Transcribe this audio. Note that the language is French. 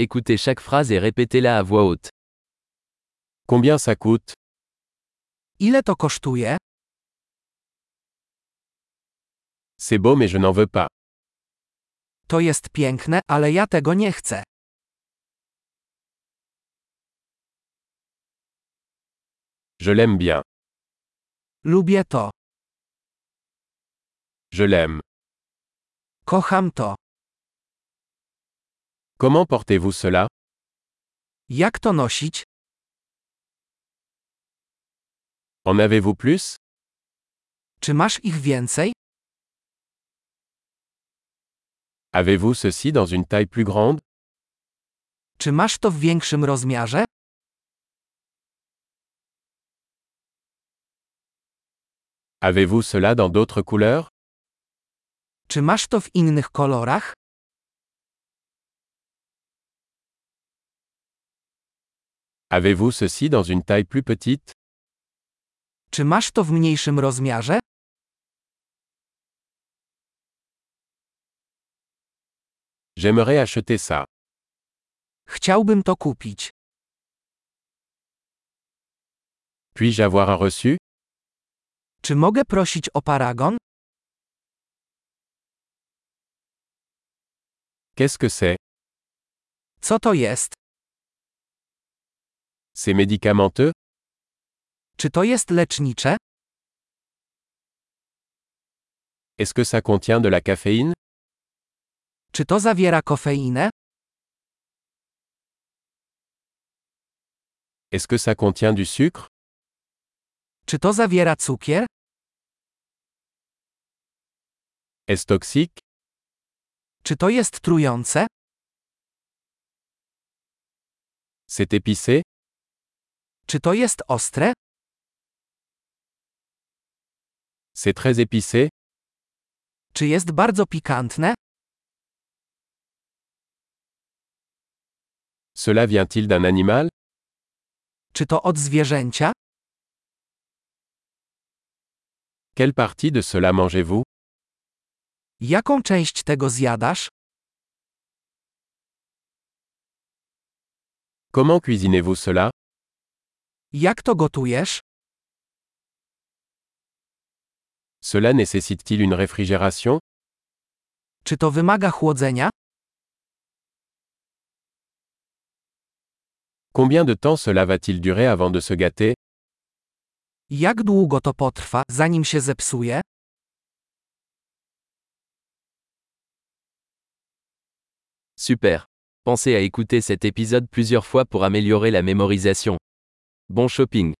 Écoutez chaque phrase et répétez-la à voix haute. Combien ça coûte Ile to kosztuje? C'est beau mais je n'en veux pas. To jest piękne, ale ja tego nie chcę. Je l'aime bien. Lubię to. Je l'aime. Kocham to. Comment portez-vous cela Jak to nosić? En avez-vous plus Czy masz ich więcej? Avez-vous ceci dans une taille plus grande Czy masz to w większym rozmiarze? Avez-vous cela dans d'autres couleurs Czy masz to w innych kolorach? Avez-vous ceci dans une taille plus petite Czy masz to w mniejszym rozmiarze? J'aimerais acheter ça. Chciałbym to kupić. Puis-je avoir un reçu Czy mogę prosić o paragon? Qu'est-ce que c'est Co to jest? C'est médicamenteux Czy to jest lecznicze? Est-ce que ça contient de la caféine Czy to zawiera kofeinę? Est-ce que ça contient du sucre Czy to zawiera cukier? Est-ce toxique Czy to jest trujące? C'est épicé Czy to jest ostre? C'est très épicé Czy jest bardzo pikantne? Cela vient-il d'un animal Czy to od zwierzęcia? Quelle partie de cela mangez-vous Jaką część tego zjadasz? Comment cuisinez-vous cela Jak to gotujesz? Cela nécessite-t-il une réfrigération Czy to wymaga chłodzenia? Combien de temps cela va-t-il durer avant de se gâter Jak długo to potrwa, zanim się zepsuje? Super. Pensez à écouter cet épisode plusieurs fois pour améliorer la mémorisation. Bon shopping.